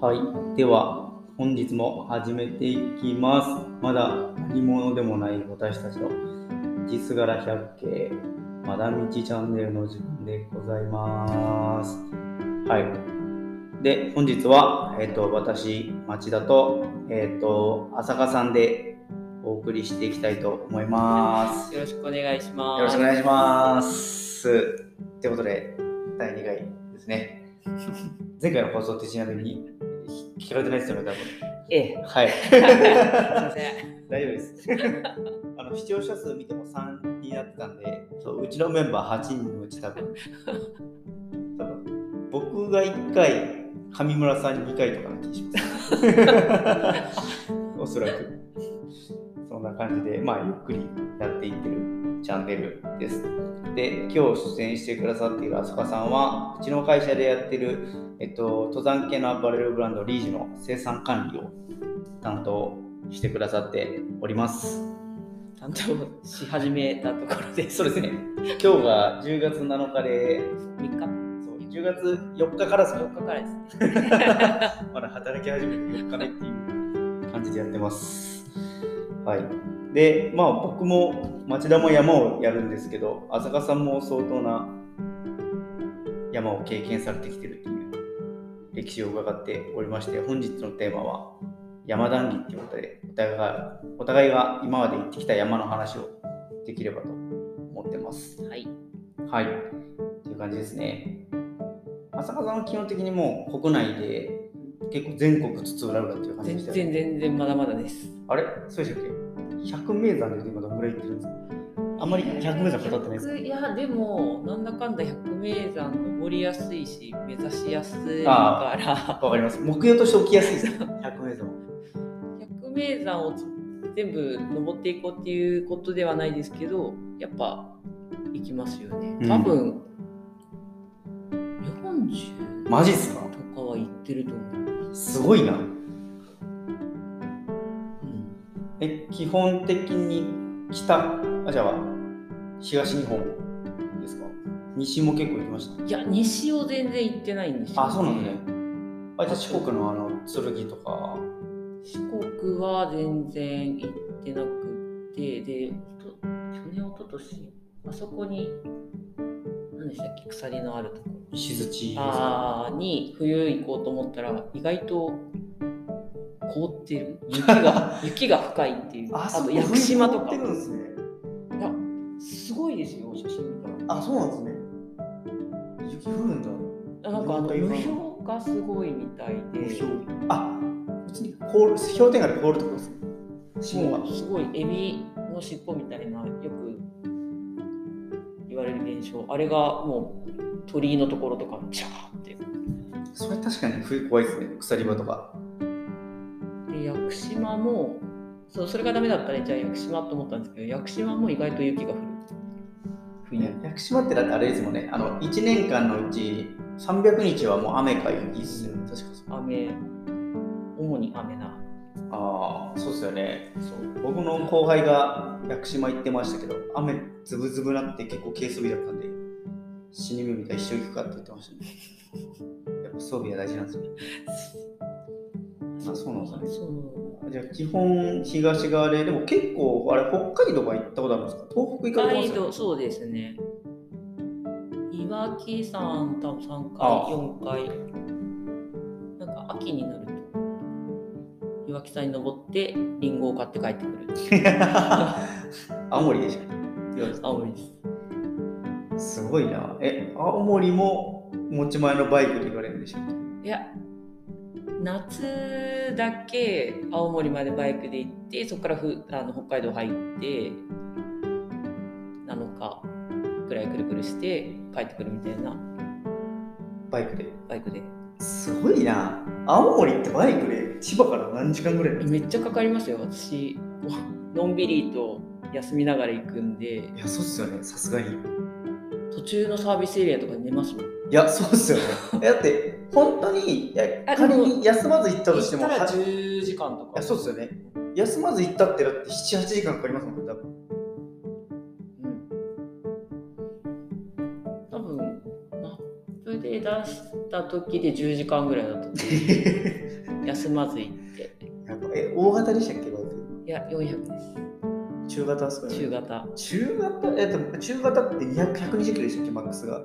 はい、では本日も始めていきます。まだ何者でもない私たちの実柄百景、まだみちチャンネルの時間でございます。はい。で、本日は、えっ、と、私、町田と、えっ、と、浅香さんでお送りしていきたいと思います。よろしくお願いします。よろしくお願いします。ということで、第2回ですね。前回の放送ってちなみに聞かれてないですよね、多ええ。分。はい。 すいません。大丈夫 です。あの視聴者数見ても3になってたんで、そううちのメンバー8人のうち多分、多分僕が1回、上村さん2回とかな気がし ます。おそらく。そんな感じで、まあ、ゆっくりやっていってるチャンネルです。で、今日出演してくださっているあそかさんは、うちの会社でやってる、えっと、登山系のアパレルブランドリージの生産管理を担当してくださっております。担当し始めたところで、そうですね。今日が10月7日で、 3日、そう10月4日からですね4日からですね。まだ働き始めて4日目っていう感じでやってます。はい。で、まあ僕も町田も山をやるんですけど、浅香さんも相当な山を経験されてきてるっていう歴史を伺っておりまして、本日のテーマは山談義っていうことで、お互いがお互いが今まで行ってきた山の話をできればと思ってます。はい。はい。っていう感じですね。浅香さんは基本的にもう国内で結構全国津々浦々っていう感じ全でしたよね。然、全然まだまだです。あれそうでしたっけ ?100 名山で言うと今どのぐらい行ってるんですかあんまり100名山語ってないですか100いや、でも、なんだかんだ百名山登りやすいし、目指しやすいあから、わかります。目標として起きやすい ですね。100名山。百名山を全部登っていこうっていうことではないですけど、やっぱ行きますよね。多分、40マジっすかとかは行ってると思う。すごいな。え、基本的に北、あ、じゃあ東日本ですか西も結構行きました。いや、西を全然行ってないんですよ、あ、そうなんですね。あ、じゃあ四国のあの、剣とか。四国は全然行ってなくって、で、と去年、一昨年あそこに、何でしたっけ、鎖のあるとこ石槌ですかあーに冬行こうと思ったら、意外と凍ってる。雪が、雪が深いっていう。あと、屋久島とか。いすね。や、すごいですよ、写真見たら。あ、そうなんですね。雪降るんだ。なんかなあの、んか無今氷がすごいみたいで。あ、別に凍る氷点下で凍るってことですね。霜がもうすごいエビの尻尾みたいなよく言われる現象あれがもう鳥居のところとかにジャーってそれ確かに冬怖いですね。鎖場とか。で屋久島もそうそれがダメだったらじゃあ屋久島と思ったんですけど屋久島も意外と雪が降る冬、ね屋久島ってだってあれですもんね。あの一年間のうち300日はもう雨か雪ですよね。確かそう。雨主に雨なああ、そうですよね。そう僕の後輩が屋久島行ってましたけど、雨ずぶずぶなって結構軽装備だったんで、死に目見たら一生行くかって言ってましたね。やっぱ装備は大事なん ですね。あそうなんですねそうじゃあ基本東側ででも結構あれ北海道は行ったことあるんですか東北行北かれてま海すよ道ねそうですね岩木山多分3回ああ4回なんか秋になると岩木山に登ってリンゴを買って帰ってくる 青森でしょ青森ですすごいなえ青森も持ち前のバイクで行かれるんでしょいや夏だけ青森までバイクで行ってそこからふあの北海道入って7日くらいくるくるして帰ってくるみたいなバイクでバイクですごいな青森ってバイクで千葉から何時間ぐらいめっちゃかかりますよ私のんびりと休みながら行くんでいやそうっすよねさすがにい途中のサービスエリアとかに寝ますもんやそうっすよ ねえだって本当にいやあ仮に休まず行った行としてっもたらはじい10時間とかやそうっすよね休まず行ったってだって78時間かかりますもんね多分うん多分マップで手出した時で10時間ぐらいだった休まず行って やばいえ大型でしたっけバイクいや400です中型ですかね中型中型えでも中型って200 120キロでしたっけマックスが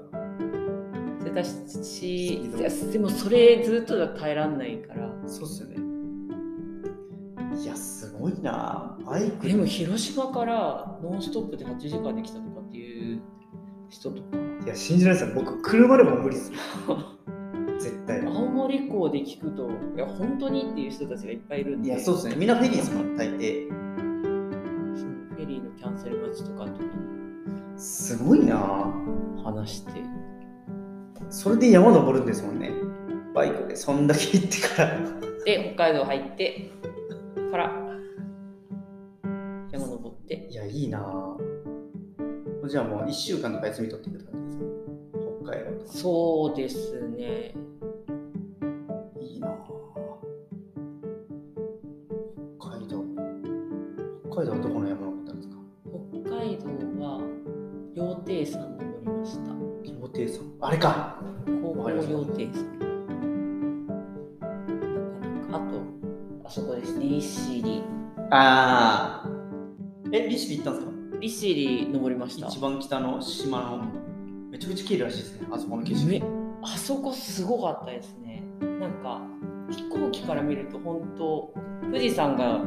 それだしスピードいやでもそれずっとじゃ耐えらんないからそうっすよねいやすごいなバイクでも広島からノンストップで8時間で来たとかっていう人とかいや信じられないですよ僕車でも無理っ す絶対青森港で聞くといや本当にっていう人たちがいっぱいいるんいでやそうっすねみんなフェリーですもん大抵そのフェリーのキャンセル待ちとかの時にすごいな話してそれで山登るんですもんねバイクでそんだけ行ってからで北海道入ってから山登っていやいいなじゃあもう1週間とか休み取ってくれたんですか北海道とかそうですねいいな北海道北海道はどこの山登ったんですか北海道は羊蹄山登りました羊蹄山あれか高校羊蹄山なかなかあとあそこです利尻ああえ利尻行ったんですか利尻登りました一番北の島のめちゃくちゃ綺麗らしいですねあそこの景色めあそこすごかったですねなんか飛行機から見ると本当富士山が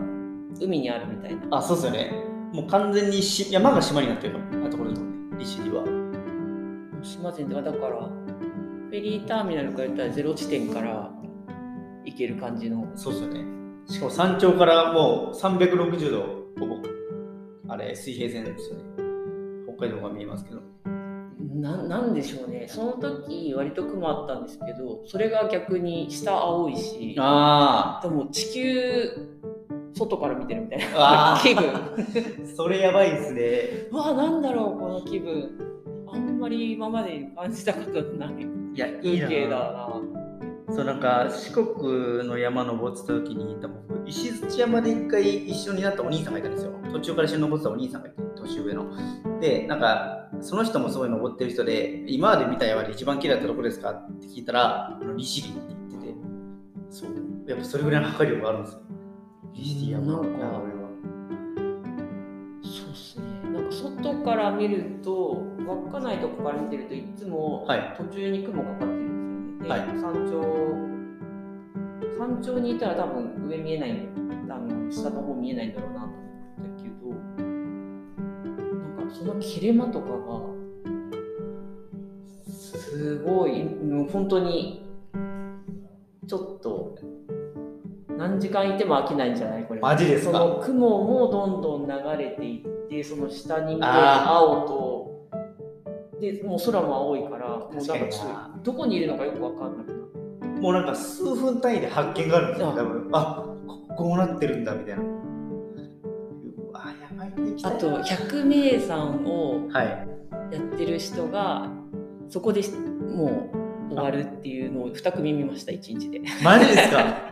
海にあるみたいなあそうっすよねもう完全にし山が島になってるからあところですもんね利尻は島全体がだからフェリーターミナルから言ったらゼロ地点から行ける感じのそうっすよねしかも山頂からもう360度ほぼあれ水平線ですよね北海道が見えますけどななんでしょうねその時割と雲あったんですけどそれが逆に下青いしあでも地球外から見てるみたいあなー 気分あそれやばいですねうわあなんだろうこの気分あんまり今まで感じたことないいやい風いな景だなそうなんか四国の山登ってた時に多分僕石槌山で一回一緒になったお兄さんがいたんですよ途中から一緒に登ってたお兄さんがいて年上のでなんかその人もすごい登ってる人で今まで見た山で一番綺麗だったとこですかって聞いたらあの利尻って言っててそうやっぱそれぐらいの破壊力があるんですよ利尻山なんかいや俺はそうっすねなんか外から見ると稚内とかから見てるといつもはい途中に雲がかかってるんですよね、はいで山頂山頂にいたら多分上見えないあの下の方見えないんだろうなと思ったけどなんかその切れ間とかがすごいもう本当にちょっと何時間いても飽きないんじゃないこれマジですそかの雲もどんどん流れていってその下に見てあー青とでもう空も青いからもうな確んかかになちょっとどこにいるのかよくわかんなくなってもうなんか数分単位で発見があるんですようん多分あここうなってるんだみたいなうわやばいね来たあよと百名山をはいやってる人がそこでもう終わるっていうのを2組見ました1日でマジですか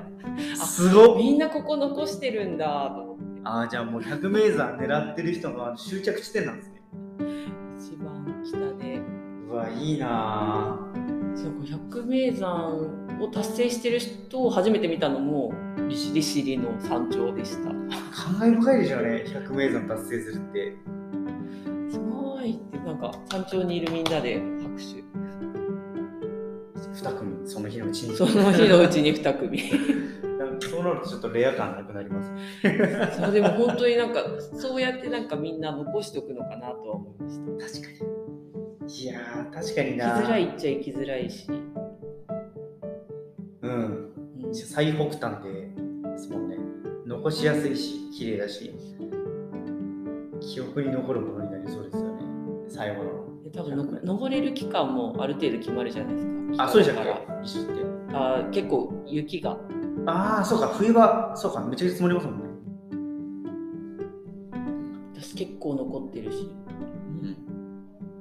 すごっみんなここ残してるんだと思ってああじゃあもう百名山狙ってる人の終着地点なんですね。一番北でうわいいなそうか百名山を達成してる人を初めて見たのもー。利尻利尻の山頂でした考え深いでしょうね。百名山達成するって。すごいってなんか山頂にいるみんなで拍手二組その日のうちに。その日のうちに2組 なんかそうなるとちょっとレア感なくなります。そうでも本当になんかそうやってなんかみんな残しておくのかなとは思いました確かに。いやー確かに行きな。づらい。っちゃ行きづらいし、ううん。ん最北端でですもんね。残しやすいし綺麗だし、記憶に残るものになりそうですよね。最後の。で多分の登れる期間もある程度決まるじゃないですかあそうでしたっだかけ？石って。らあー結構雪がああそうか冬はそうかめちゃくちゃ積もりますもんね。私結構残ってるし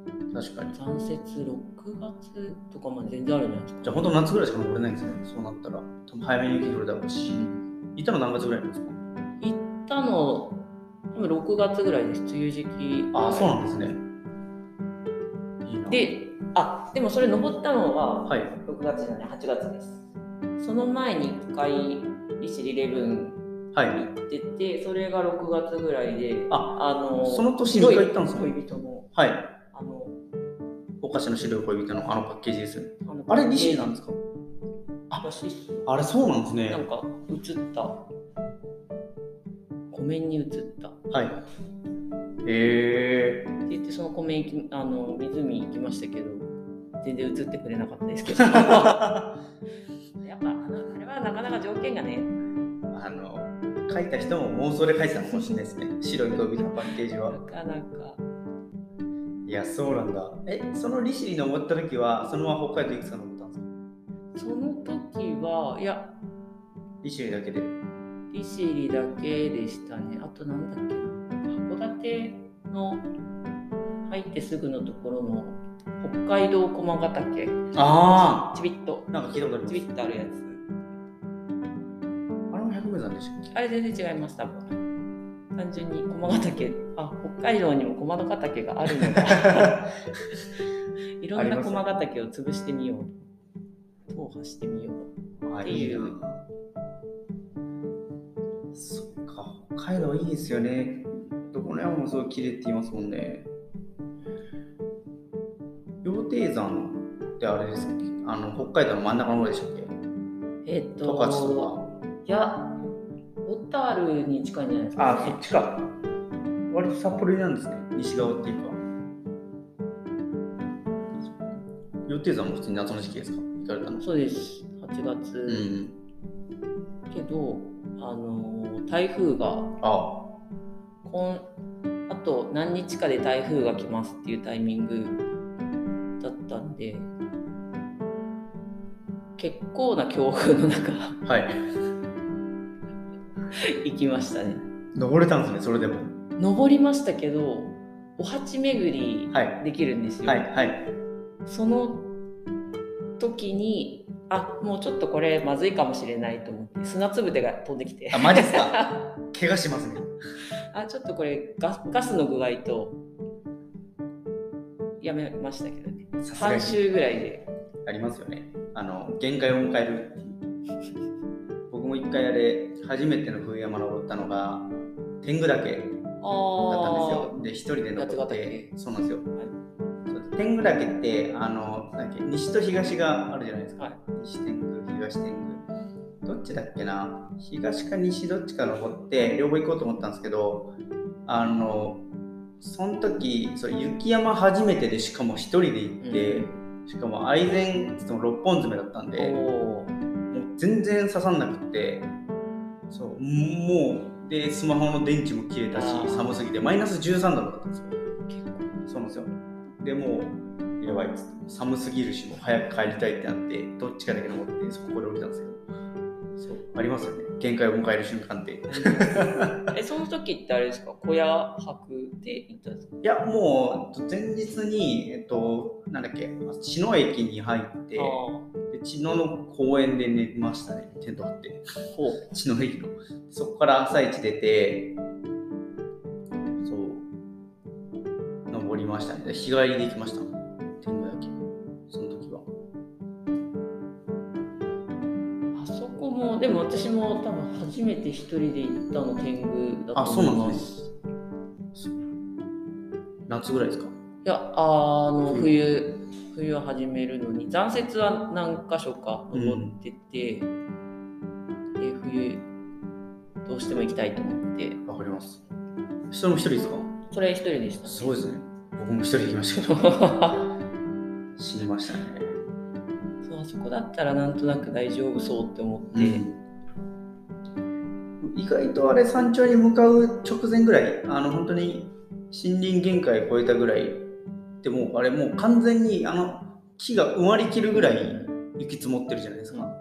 うん、確かに。残雪6月とかまで全然あるんじゃないですかじゃあ本当夏ぐらいしか登れないんですね。そうなったら。多分早めに雪降るだろうし。行ったの何月ぐらいなんですか行ったの多分6月ぐらいです梅雨時期ああ、そうなんですね。いいなであでもそれ登ったのははい。 6月じゃない8月ですその前に1回利尻レブンはい。行っててそれが6月ぐらいであ、あのその年に一回行ったんですか白い恋人のはい。あのお菓子の白い恋人のあのパッケージですよね。あのあれ、2種なんですかあらしいっすあれ、そうなんですなねん。か映った湖面に映ったってはい。え 言ってその湖面行きあの湖行きましたけど全然映ってくれなかったです けどやっぱー。あのあれはなかなか条件がねあの、書いた人も妄想で書いてたのかもしれないですね。白い恋人のパッケージなは。かなかいや、そうなんだ。え、その利尻に登った時は、そのまま北海道いくつか登ったんですかその時はいや利尻だけで。利尻だけでしたねあとなんだっけな函館の入ってすぐのところの北海道駒ヶ岳あちびっとあ。なんか聞いたことありますちびっ。とあるやつあれも百名山でしたっけあれ全然違います多分単純に駒ヶ岳あ北海道にも駒ヶ岳があるの かいろんな駒ヶ岳を潰してみよう踏破してみようあっていうなそっか北海道いいですよねどこの山もすごい綺麗って言いますもんね羊蹄山ってあれですっけあの北海道の真ん中の方でしたっけえっ、と十勝といや小樽に近いんじゃないですかか、あそっちか割と札幌寄りなんですね西側っていうか羊蹄山も普通に夏の時期ですか行かれたのそうです8月、うんけどあの台風があこんあと何日かで台風が来ますっていうタイミングだったんで結構な強風の中 はい行きましたね登れたんですねそれでも登りましたけどお鉢巡りはいできるんですよ、はいはい。その時にあもうちょっとこれまずいかもしれないと思って砂つぶてが飛んできてあ、マジっす か怪我しますね。あちょっとこれガガスの具合とやめましたけどねさすが3に。週ぐらいでありますよね。あの、限界を迎えるっていう。僕も一回あれ、初めての冬山登ったのが、天狗岳だったんですあよ。で、一人で登っ八ヶて岳、そうなんですよ。いそう天狗岳って、あの、なんだっけ、西と東があるじゃないですか。はい西天狗、東天狗。どっちだっけな東か西どっちか登って両方行こうと思ったんですけどあのその時そう雪山初めてでしかも一人で行って、しかも愛禅その6本爪だったんあでもおう全然刺さんなくってそうもうでスマホの電池も切れたしあー寒すぎてマイナス13度だったんですよー結構そうなんですよでもうやばいっつって寒すぎるしもう早く帰りたいってなってどっちかだけ登ってそこで降りたんですけどそうありますよね限界を迎える瞬間ってい えその時ってあれですか小屋泊で行ったんですかやもう前日にえっとなんだっけ茅野駅に入ってあで茅野の公園で寝ましたねテント張ってーほう茅野駅のそこから朝一出てそう登りましたねで日帰りで行きました天狗岳その時はあそこもでも私も多分初めて一人で行ったの天狗だあとそう思いなんまですすね夏ぐらいですかいやあの冬冬を始めるのに残雪は何箇所か登ってて、で冬どうしても行きたいと思ってわかります人も一人ですかそれ一人でした、ね、すごいですね僕も一人で行きましたけど そ死にましたねうあそこだったらなんとなく大丈夫そうって思って、意外とあれ山頂に向かう直前ぐらいあの本当に森林限界を超えたぐらいでもうあれもう完全にあの木が埋まりきるぐらい雪積もってるじゃないですか、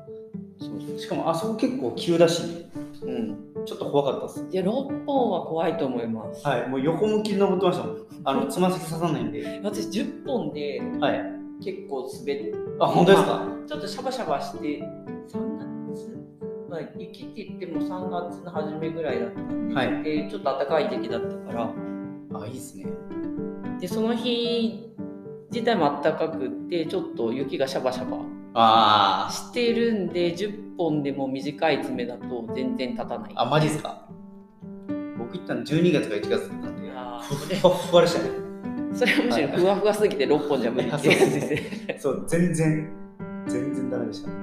しかもあそこ結構急だしうん、ちょっと怖かったですで6本は怖いと思います、はいもう横向きで登ってましたもんあのつま先刺さないんで私10本ではい結構滑ってあ本当ですかちょっとシャバシャバして3月まあ雪って言っても3月の初めぐらいだったんで,、はいでちょっと暖かい時期だったからあいいですねでその日自体もあったかくってちょっと雪がシャバシャバあしてるんで10本でも短い爪だと全然立たないあ。あ、マジっすか僕行ったの12月か1月だったんで、あふーそれわっふわでしたね。それはむしろふわふわすぎて6本じゃ 無理っていう感じですねそう、全然、全然ダメでした。そう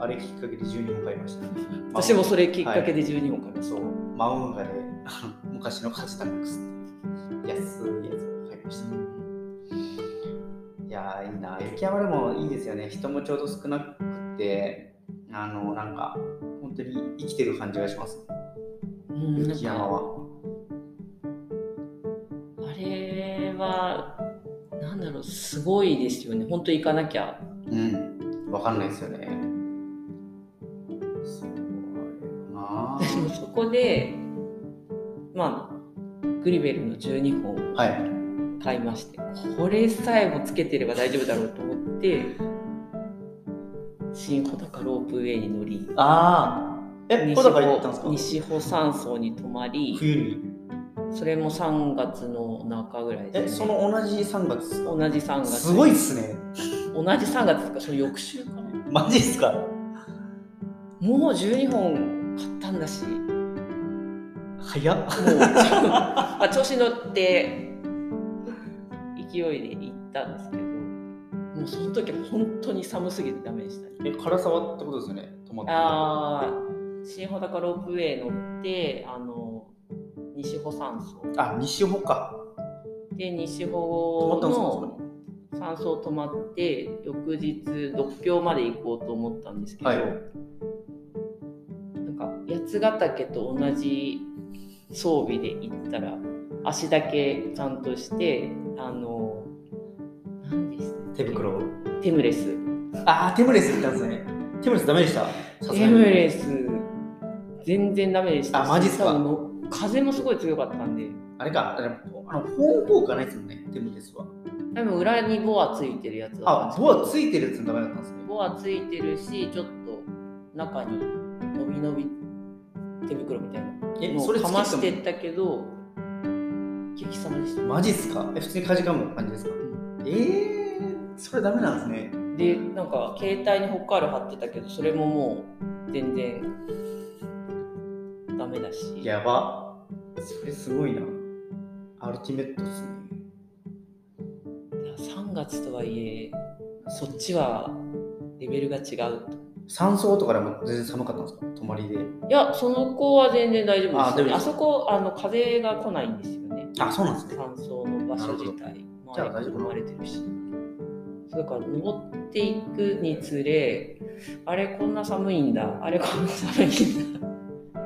あれきっかけで12本買いました。 私もそれきっかけで12本買いましたそう、マウンガで あの昔のカスタムックスっていう安いやつを買いました。いやーいいな、雪山でもいいですよね、人もちょうど少なくって、あのなんか本当に生きてる感じがします、うんなんか雪山は。あれは、なんだろう、すごいですよね。本当行かなきゃ。うん、わかんないですよね。そうあれ私もそこで、まあ、グリベルの12本をかな。はい。買いまして、これさえもつけてれば大丈夫だろうと思って、新穂高ロープウェイに乗り、ああ。え、小高行ったんですか西穂山荘に泊まり、冬に。それも3月の中ぐらいえ、です、そね。の同じ3月ですか同じ3月。すごいっすね。同じ3月ですか、その翌週かな。マジっすかもう12本買ったんだし、もう早っ。ち ょまあ、調子に乗って勢いで行ったんですけど、もうその時は本当に寒すぎてダメでした、ね。え、唐沢ってことですよね。泊まってるああ、新穂高ロープウェイ乗って、あの西穂山荘あ、西穂か。で西泊ま穂ったんですかそのこ山荘泊まって、翌日独協まで行こうと思ったんですけど。に。はい。なんか八ヶ岳と同じ装備で行ったら足だけちゃんとしてあの何でしたっけ手袋。テムレスあー、テムレス行ったんですね。テムレスダメでした。さすテがムに。レス全然ダメでしたあマジっすか多分の風もすごい強かったんであれか、あれあの、保温効果ないですもんね、テムレスは。多分裏にボアついてるやつだったんであ、すけどドアついてるやつもダメだったんですね。ボアついてるしちょっと中に伸び伸び手袋みたいなえ、のそをれつけかましててもったけど激様でしたマジっすかえ、普通にかじかむ感じですかえー、それダメなんですね。でなんか携帯にホッカール貼ってたけどそれももう全然ダメだしやば。それすごいな。アルティメットっすね。 3月とはいえそっちはレベルが違うと山荘とかでも全然寒かったんですか泊まりで。いやその子は全然大丈夫ですあ大丈夫よですあそこあの風が来ないんですよねあ、そうなんですね。山荘の場所自体じゃあ周大丈夫りに囲まれてるしそれから登っていくにつれあれこんな寒いんだあれこんな寒いんだ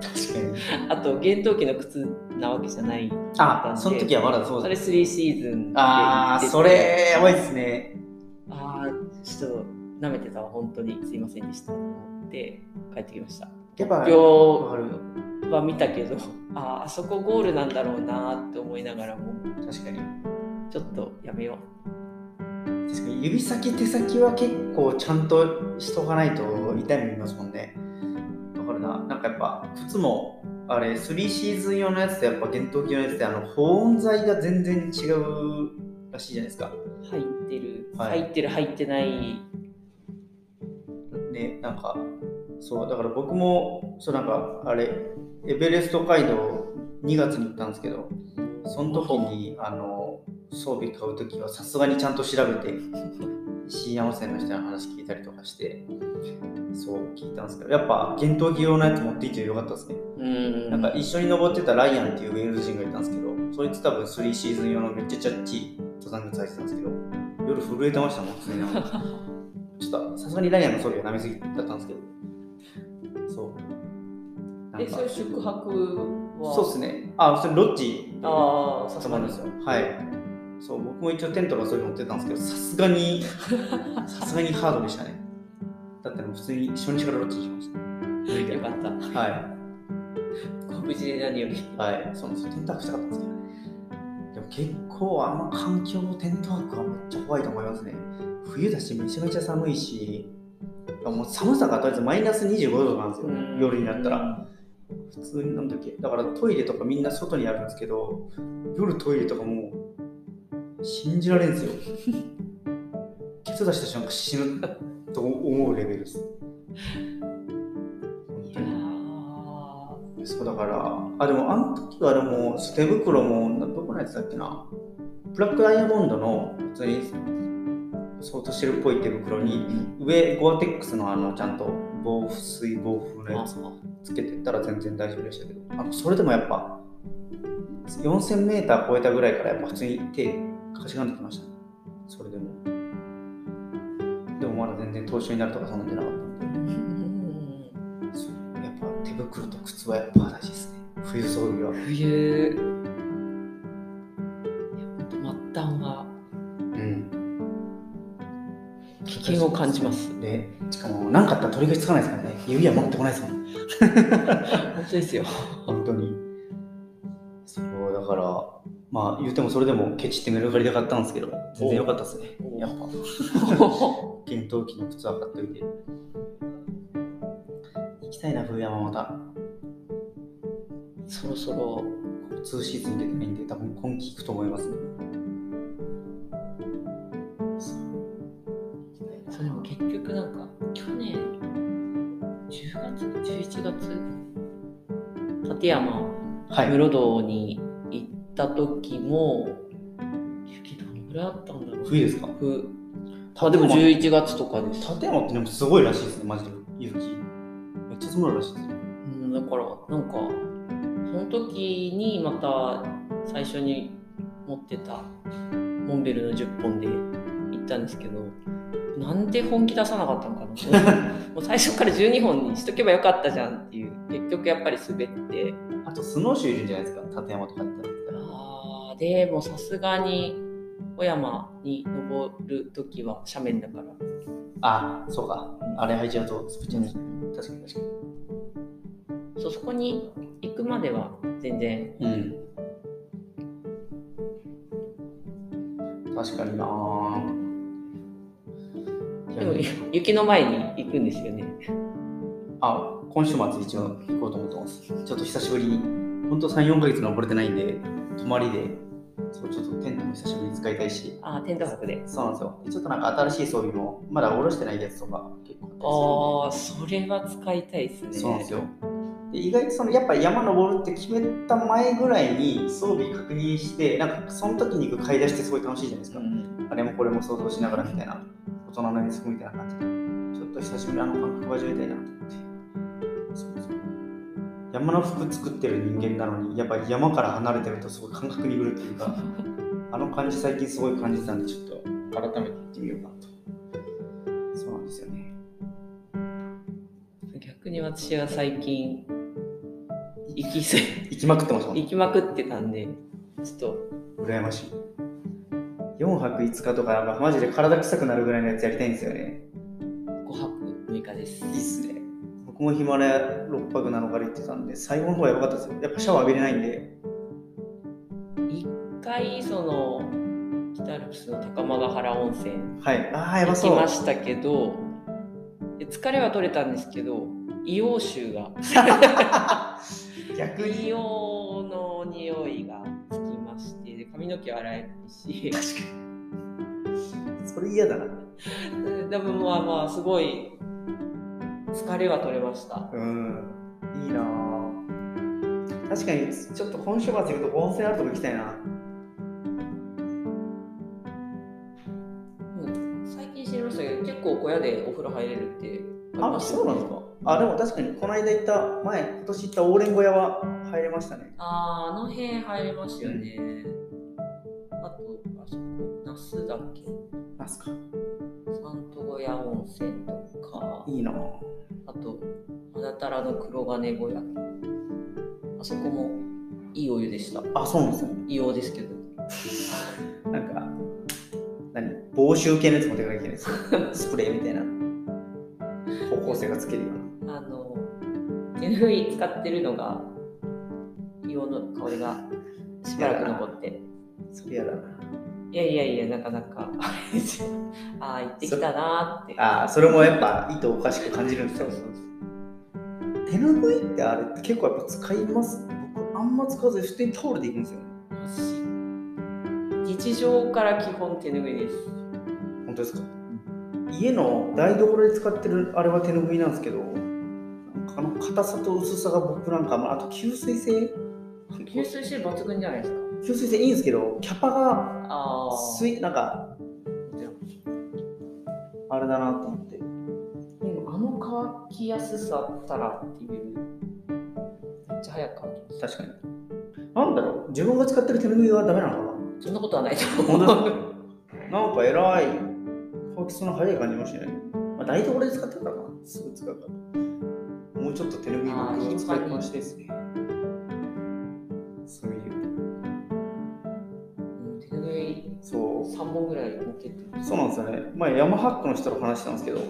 確かに。 あと厳冬期の靴なわけじゃないあ、その時はまだそうそだれ3シーズンであ行っあ、ててそれ、やばいっすね。あーちょっと舐めてたわ本当にすいませんでしたと思って帰ってきましたやっぱ、今ある日は見たけどあーあそこゴールなんだろうなーって思いながらも確かに。ちょっとやめよ確かに、指先、手先は結構ちゃんとしとかないと痛み見ますもんね。わかるな。なんかやっぱ、靴も、あれ、3シーズン用のやつとやっぱ、厳冬期用のやつって、あの、保温材が全然違うらしいじゃないですか。う入ってる、はい入ってる入ってないね、なんか、そう、だから僕も、そう、なんか、あれ、エベレスト街道2月に行ったんですけど、その時にあの装備買う時はさすがにちゃんと調べて 石井山線の人の話聞いたりとかしてそう聞いたんですけどやっぱ厳冬着用のやつ持っていってよかったですね、うーんなんか一緒に登ってたライアンっていうウェールズ人がいたんですけどそいつ多分3シーズン用のめっちゃちゃっちい登山靴履いてたんですけど夜震えてましたもん普通に ちょっとさすがにライアンの装備は舐めすぎだったんですけどそうなんえかそれ宿泊はそうですねあそれロッジでああさす集がまるんにですよ。はい。そう、僕も一応テントがそういうの持ってたんですけど、さすが に、さすがにハードでしたね。だってもう普通に初日からロッチしました。よかったはご無事で何よりい。はい。そうなんですよ。テントワークしたかったんですけどね。でも結構あの環境のテントワークはめっちゃ怖いと思いますね。冬だしめちゃめちゃ寒いし、もう寒さがとりあえずマイナス25度とかなんですよ、夜になったら。普通になんだっけだからトイレとかみんな外にあるんですけど夜トイレとかもう信じられんすよケツ出した瞬間死ぬと思うレベルですいやーそうだからあでもあの時はでも手袋もどこのやつだっけなブラックダイヤモンドの普通に相当シルっぽい手袋に上ゴアテックスのあのちゃんと防水防風のやつつけてったら全然大丈夫でしたけどあのそれでもやっぱ 4000m 超えたぐらいからやっぱ普通に手かしがんできましたねそれでもでもまだ全然投手になるとかそんなんじゃなかったんでうんそうやっぱ手袋と靴はやっぱ大事ですね冬装備は冬いやほんと末端がうん危険を感じますでしかも何かあったら取り返しつかないですからね指は持ってこないですもん本当 ですよ 本当にそうだからまあ言うてもそれでもケチってメルカリで買ったんですけど全然良かったですねおやっぱ検討期の靴は買っといて行きたいな冬山またそろそろ2シーズン出てないんで多分今季行くと思いますねそれも結局なんか去年10月11月立山はい室堂に行った時も雪どのぐらいあったんだろう冬ですかふまあでも11月とかです、立山ってでもすごいらしいですねマジで雪めっちゃ積もるらしいですうん、だからなんかその時にまた最初に持ってたモンベルの10本で行ったんですけどなんで本気出さなかったのかなもう最初から12本にしとけばよかったじゃんっていう結局やっぱり滑ってあとスノーシューいるんじゃないですか立山とかだったらあーでもさすがに小山に登る時は斜面だからあそうかあれ履いちゃうとスプチャに確かに確かそうそこに行くまでは全然にうん確かになぁいやでもゆ雪の前に行くんですよねあ今週末一応行こうと思ってます。ちょっと久しぶりに、本当3、4ヶ月登れてないんで、泊まりで、そうちょっとテントも久しぶりに使いたいし、あーテント泊でそうなんですよ。ちょっとなんか新しい装備も、まだ下ろしてないやつとか結構ああそれは使いたいですあねそうなんですよ。で意外とそのやっぱ山登るって決めた前ぐらいに装備確認して、なんかその時に行く買い出しってすごい楽しいじゃないですか。うんあれもこれも想像しながらみたいな、大人のリスクみたいな感じで、ちょっと久しぶりにあの感覚を味わいたいなと思って。そうそう山の服作ってる人間なのに、やっぱり山から離れてるとすごい感覚にぶるっていうか、あの感じ最近すごい感じたんで、ちょっと改めて行ってみようかなと。そうなんですよね。逆に私は最近 行きす行きまくってましたもん行きまくってたんでちょっと羨ましい。4泊5日とか、なんかマジで体臭くなるぐらいのやつやりたいんですよね。 5泊6日ですいいっすね。僕もヒマラヤ6泊7日で行ってたんで、最後の方はやばかったですよ。やっぱシャワー浴びれないんで。一回その北アルプスの高間ヶ原温泉はい。ああ、やば行そきう。ましたけどで疲れは取れたんですけど硫黄臭が 逆に。硫黄の匂いがつきましてで髪の毛洗えないしそれ嫌だな。でもまあまあすごい疲れは取れましたうん。いいなぁ。確かに、ちょっと今週末行くと温泉あるとこ行きたいな。最近知りましたけど結構小屋でお風呂入れるってあ、そうなんですか。あ、でも確かに、この間行った、前、今年行ったオーレン小屋は入れましたね。あーあの辺入れますよね、あとあそこ那須だっけなんすか。三都小屋温泉とかいいなぁ。あと、マダタラの黒金小屋。あそこもいいお湯でした。あ、そうなんですね。硫黄ですけど。なんか、何防臭系のやつ持ってかなきゃいけないですよ。スプレーみたいな。高校生がつけるような。あの、手ぬい使ってるのが、硫黄の香りがしばらく残って。それやだな。いやいやいや、なかなか、 あれですよああ、行ってきたなーって。ああ、それもやっぱ意図おかしく感じるんですよ。手ぬぐいってあれって結構やっぱ使います僕あんま使わず普通にタオルでいくんですよね。マジ日常から基本手ぬぐいです本当ですか家の台所で使ってるあれは手ぬぐいなんですけどなんかあの硬さと薄さが僕なんかあんまあと吸水性吸水性抜群じゃないですか吸水性いいんですけどキャパがああ水なんかあれだなと思ってでもあの乾きやすさったらっていうめっちゃ早く乾きます確かになんだろう自分が使ってる手ぬぐいはダメなのかそんなことはないと な思うなんか偉い乾きその早い感じもしない、まあ、台所で使ってるからなすぐ使うからもうちょっと手ぬぐいあー僕頻は使い繁にこなしてですねそういううん手ぬぐいそう3本ぐらい持ってってますそうなんですよね。前、ヤマハックの人と話してたんですけど、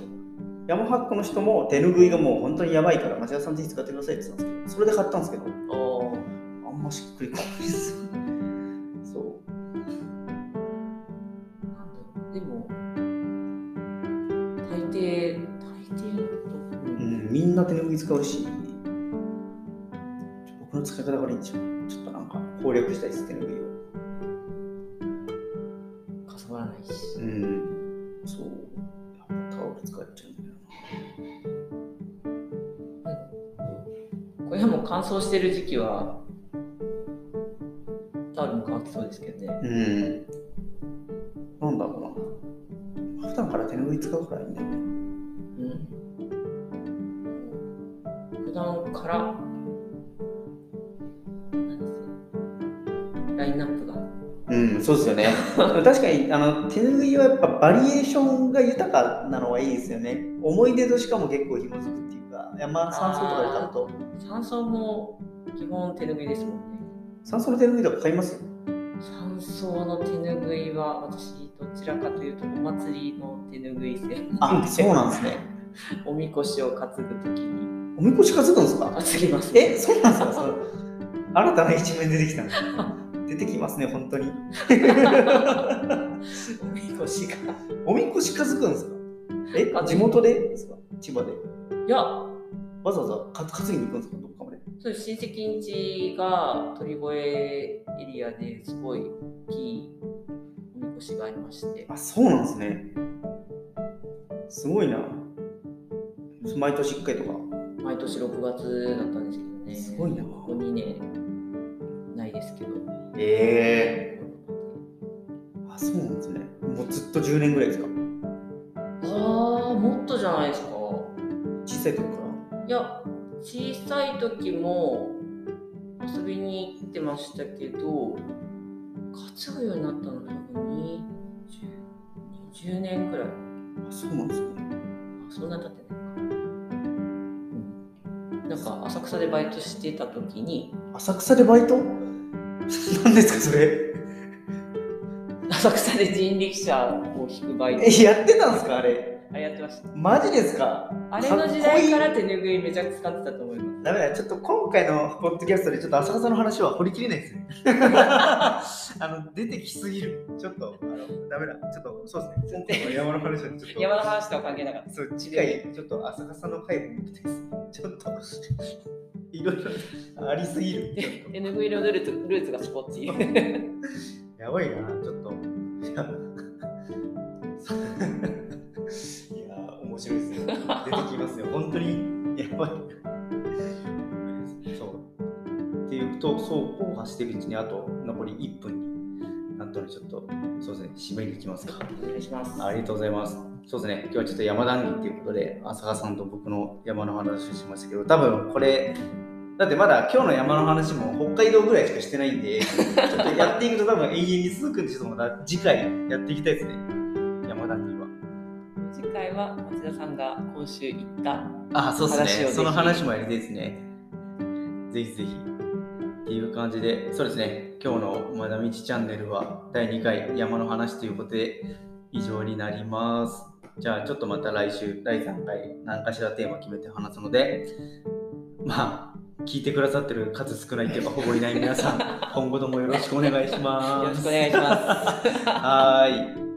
ヤマハックの人も手拭いがもう本当にやばいから、町田さんぜひ使ってくださいって言ってたんですけど、それで買ったんですけど、あーあんましっくりこない です。そう。でも大抵大抵のことうん、みんな手拭い使うし、僕の使い方が悪いんでしょうね。ちょっとなんか攻略したいです、手拭いを。かさばらないし、うん。そう。やっぱタオル使っちゃうんだよこれはもう乾燥してる時期はタオルも乾きそうですけどねな。うん。なんだろうな。普段から手拭い使うからいいんだよね。うん普段からなんですねラインナップがうん、そうですよね。 確かにあの手ぬぐいはやっぱバリエーションが豊かなのはいいですよね。思い出としかも結構紐づくっていうか、山山荘とかで買うと、酸素も基本手ぬぐいですもんね山荘の手ぬぐいとか買います山荘の手ぬぐいは私どちらかというとお祭りの手ぬぐい専門あ、でそうなんですね。おみこしを担ぐときにおみこし担ぐんですか担ぎますえ、そうなんですかその新たな一面出てきたの。出てきますね、本当に。おみこしがおみこし担ぐんですか担え、ぐ地元でですか千葉で。いやわざわざか担ぎに行くんですかどっかまで。そう親戚んちが鳥越エリアですごい大きいおみこしがありましてあ、そうなんですね。すごいな。毎年1回とか。毎年6月だったんですけどねすごいなここ2年ないですけどえあ、そうなんですね。もうずっと10年ぐらいですか。あーもっとじゃないですか小さい時かいや小さい時も遊びに行ってましたけど担ぐようになったの多分20 20年くらいら。あ、そうなんですね。あそんな経ってないか、うん、なんか浅草でバイトしてた時に浅草でバイト 何ですか、それ。浅草で人力車を引くバイトえ、やってたんですか、あれ。あやってましたマジですかあれの時代から手ぬぐいめちゃくちゃ使ってたと思いますダメだ、ちょっと今回のポッドキャストでちょっと浅草の話は掘りきれないですね。 あの、出てきすぎる。ちょっと、あの、ダメだ。ちょっと、そうですね。前回の山の話はちょっと。山の話とは関係なかっそう、次回、ちょっと浅草の回も見てです。ちょっと、いろいろありすぎる。た手ぬぐいのルーツルーツがそこっていうやばいな、ちょっと。いや、いや面白いですね。出てきますよ、本当に。やばい。そう。っていうと、そう、走っていくうちに、あと残り1分になったので、ちょっと、そうですね、締めに行きますか。お願いしますありがとうございます。そうですね、今日はちょっと山談義ということで、浅香さんと僕の山の話をしましたけど、多分これ、だってまだ今日の山の話も北海道ぐらいしかしてないんで、ちょっとやっていくと多分永遠に続くんで、ちょっとまた次回やっていきたいですね、山談義は。次回は松田さんが今週行ったあ、そうで話をすぜね、ひその話もやりたいですね。ぜひぜひ。っていう感じで、そうですね、今日のまだみちチャンネルは第2回山の話ということで以上になります。じゃあちょっとまた来週第3回何かしらテーマ決めて話すので、まあ、聞いてくださってる数少ないというかほ ぼいない皆さん、今後ともよろしくお願いします。よろしくお願いしますはーい。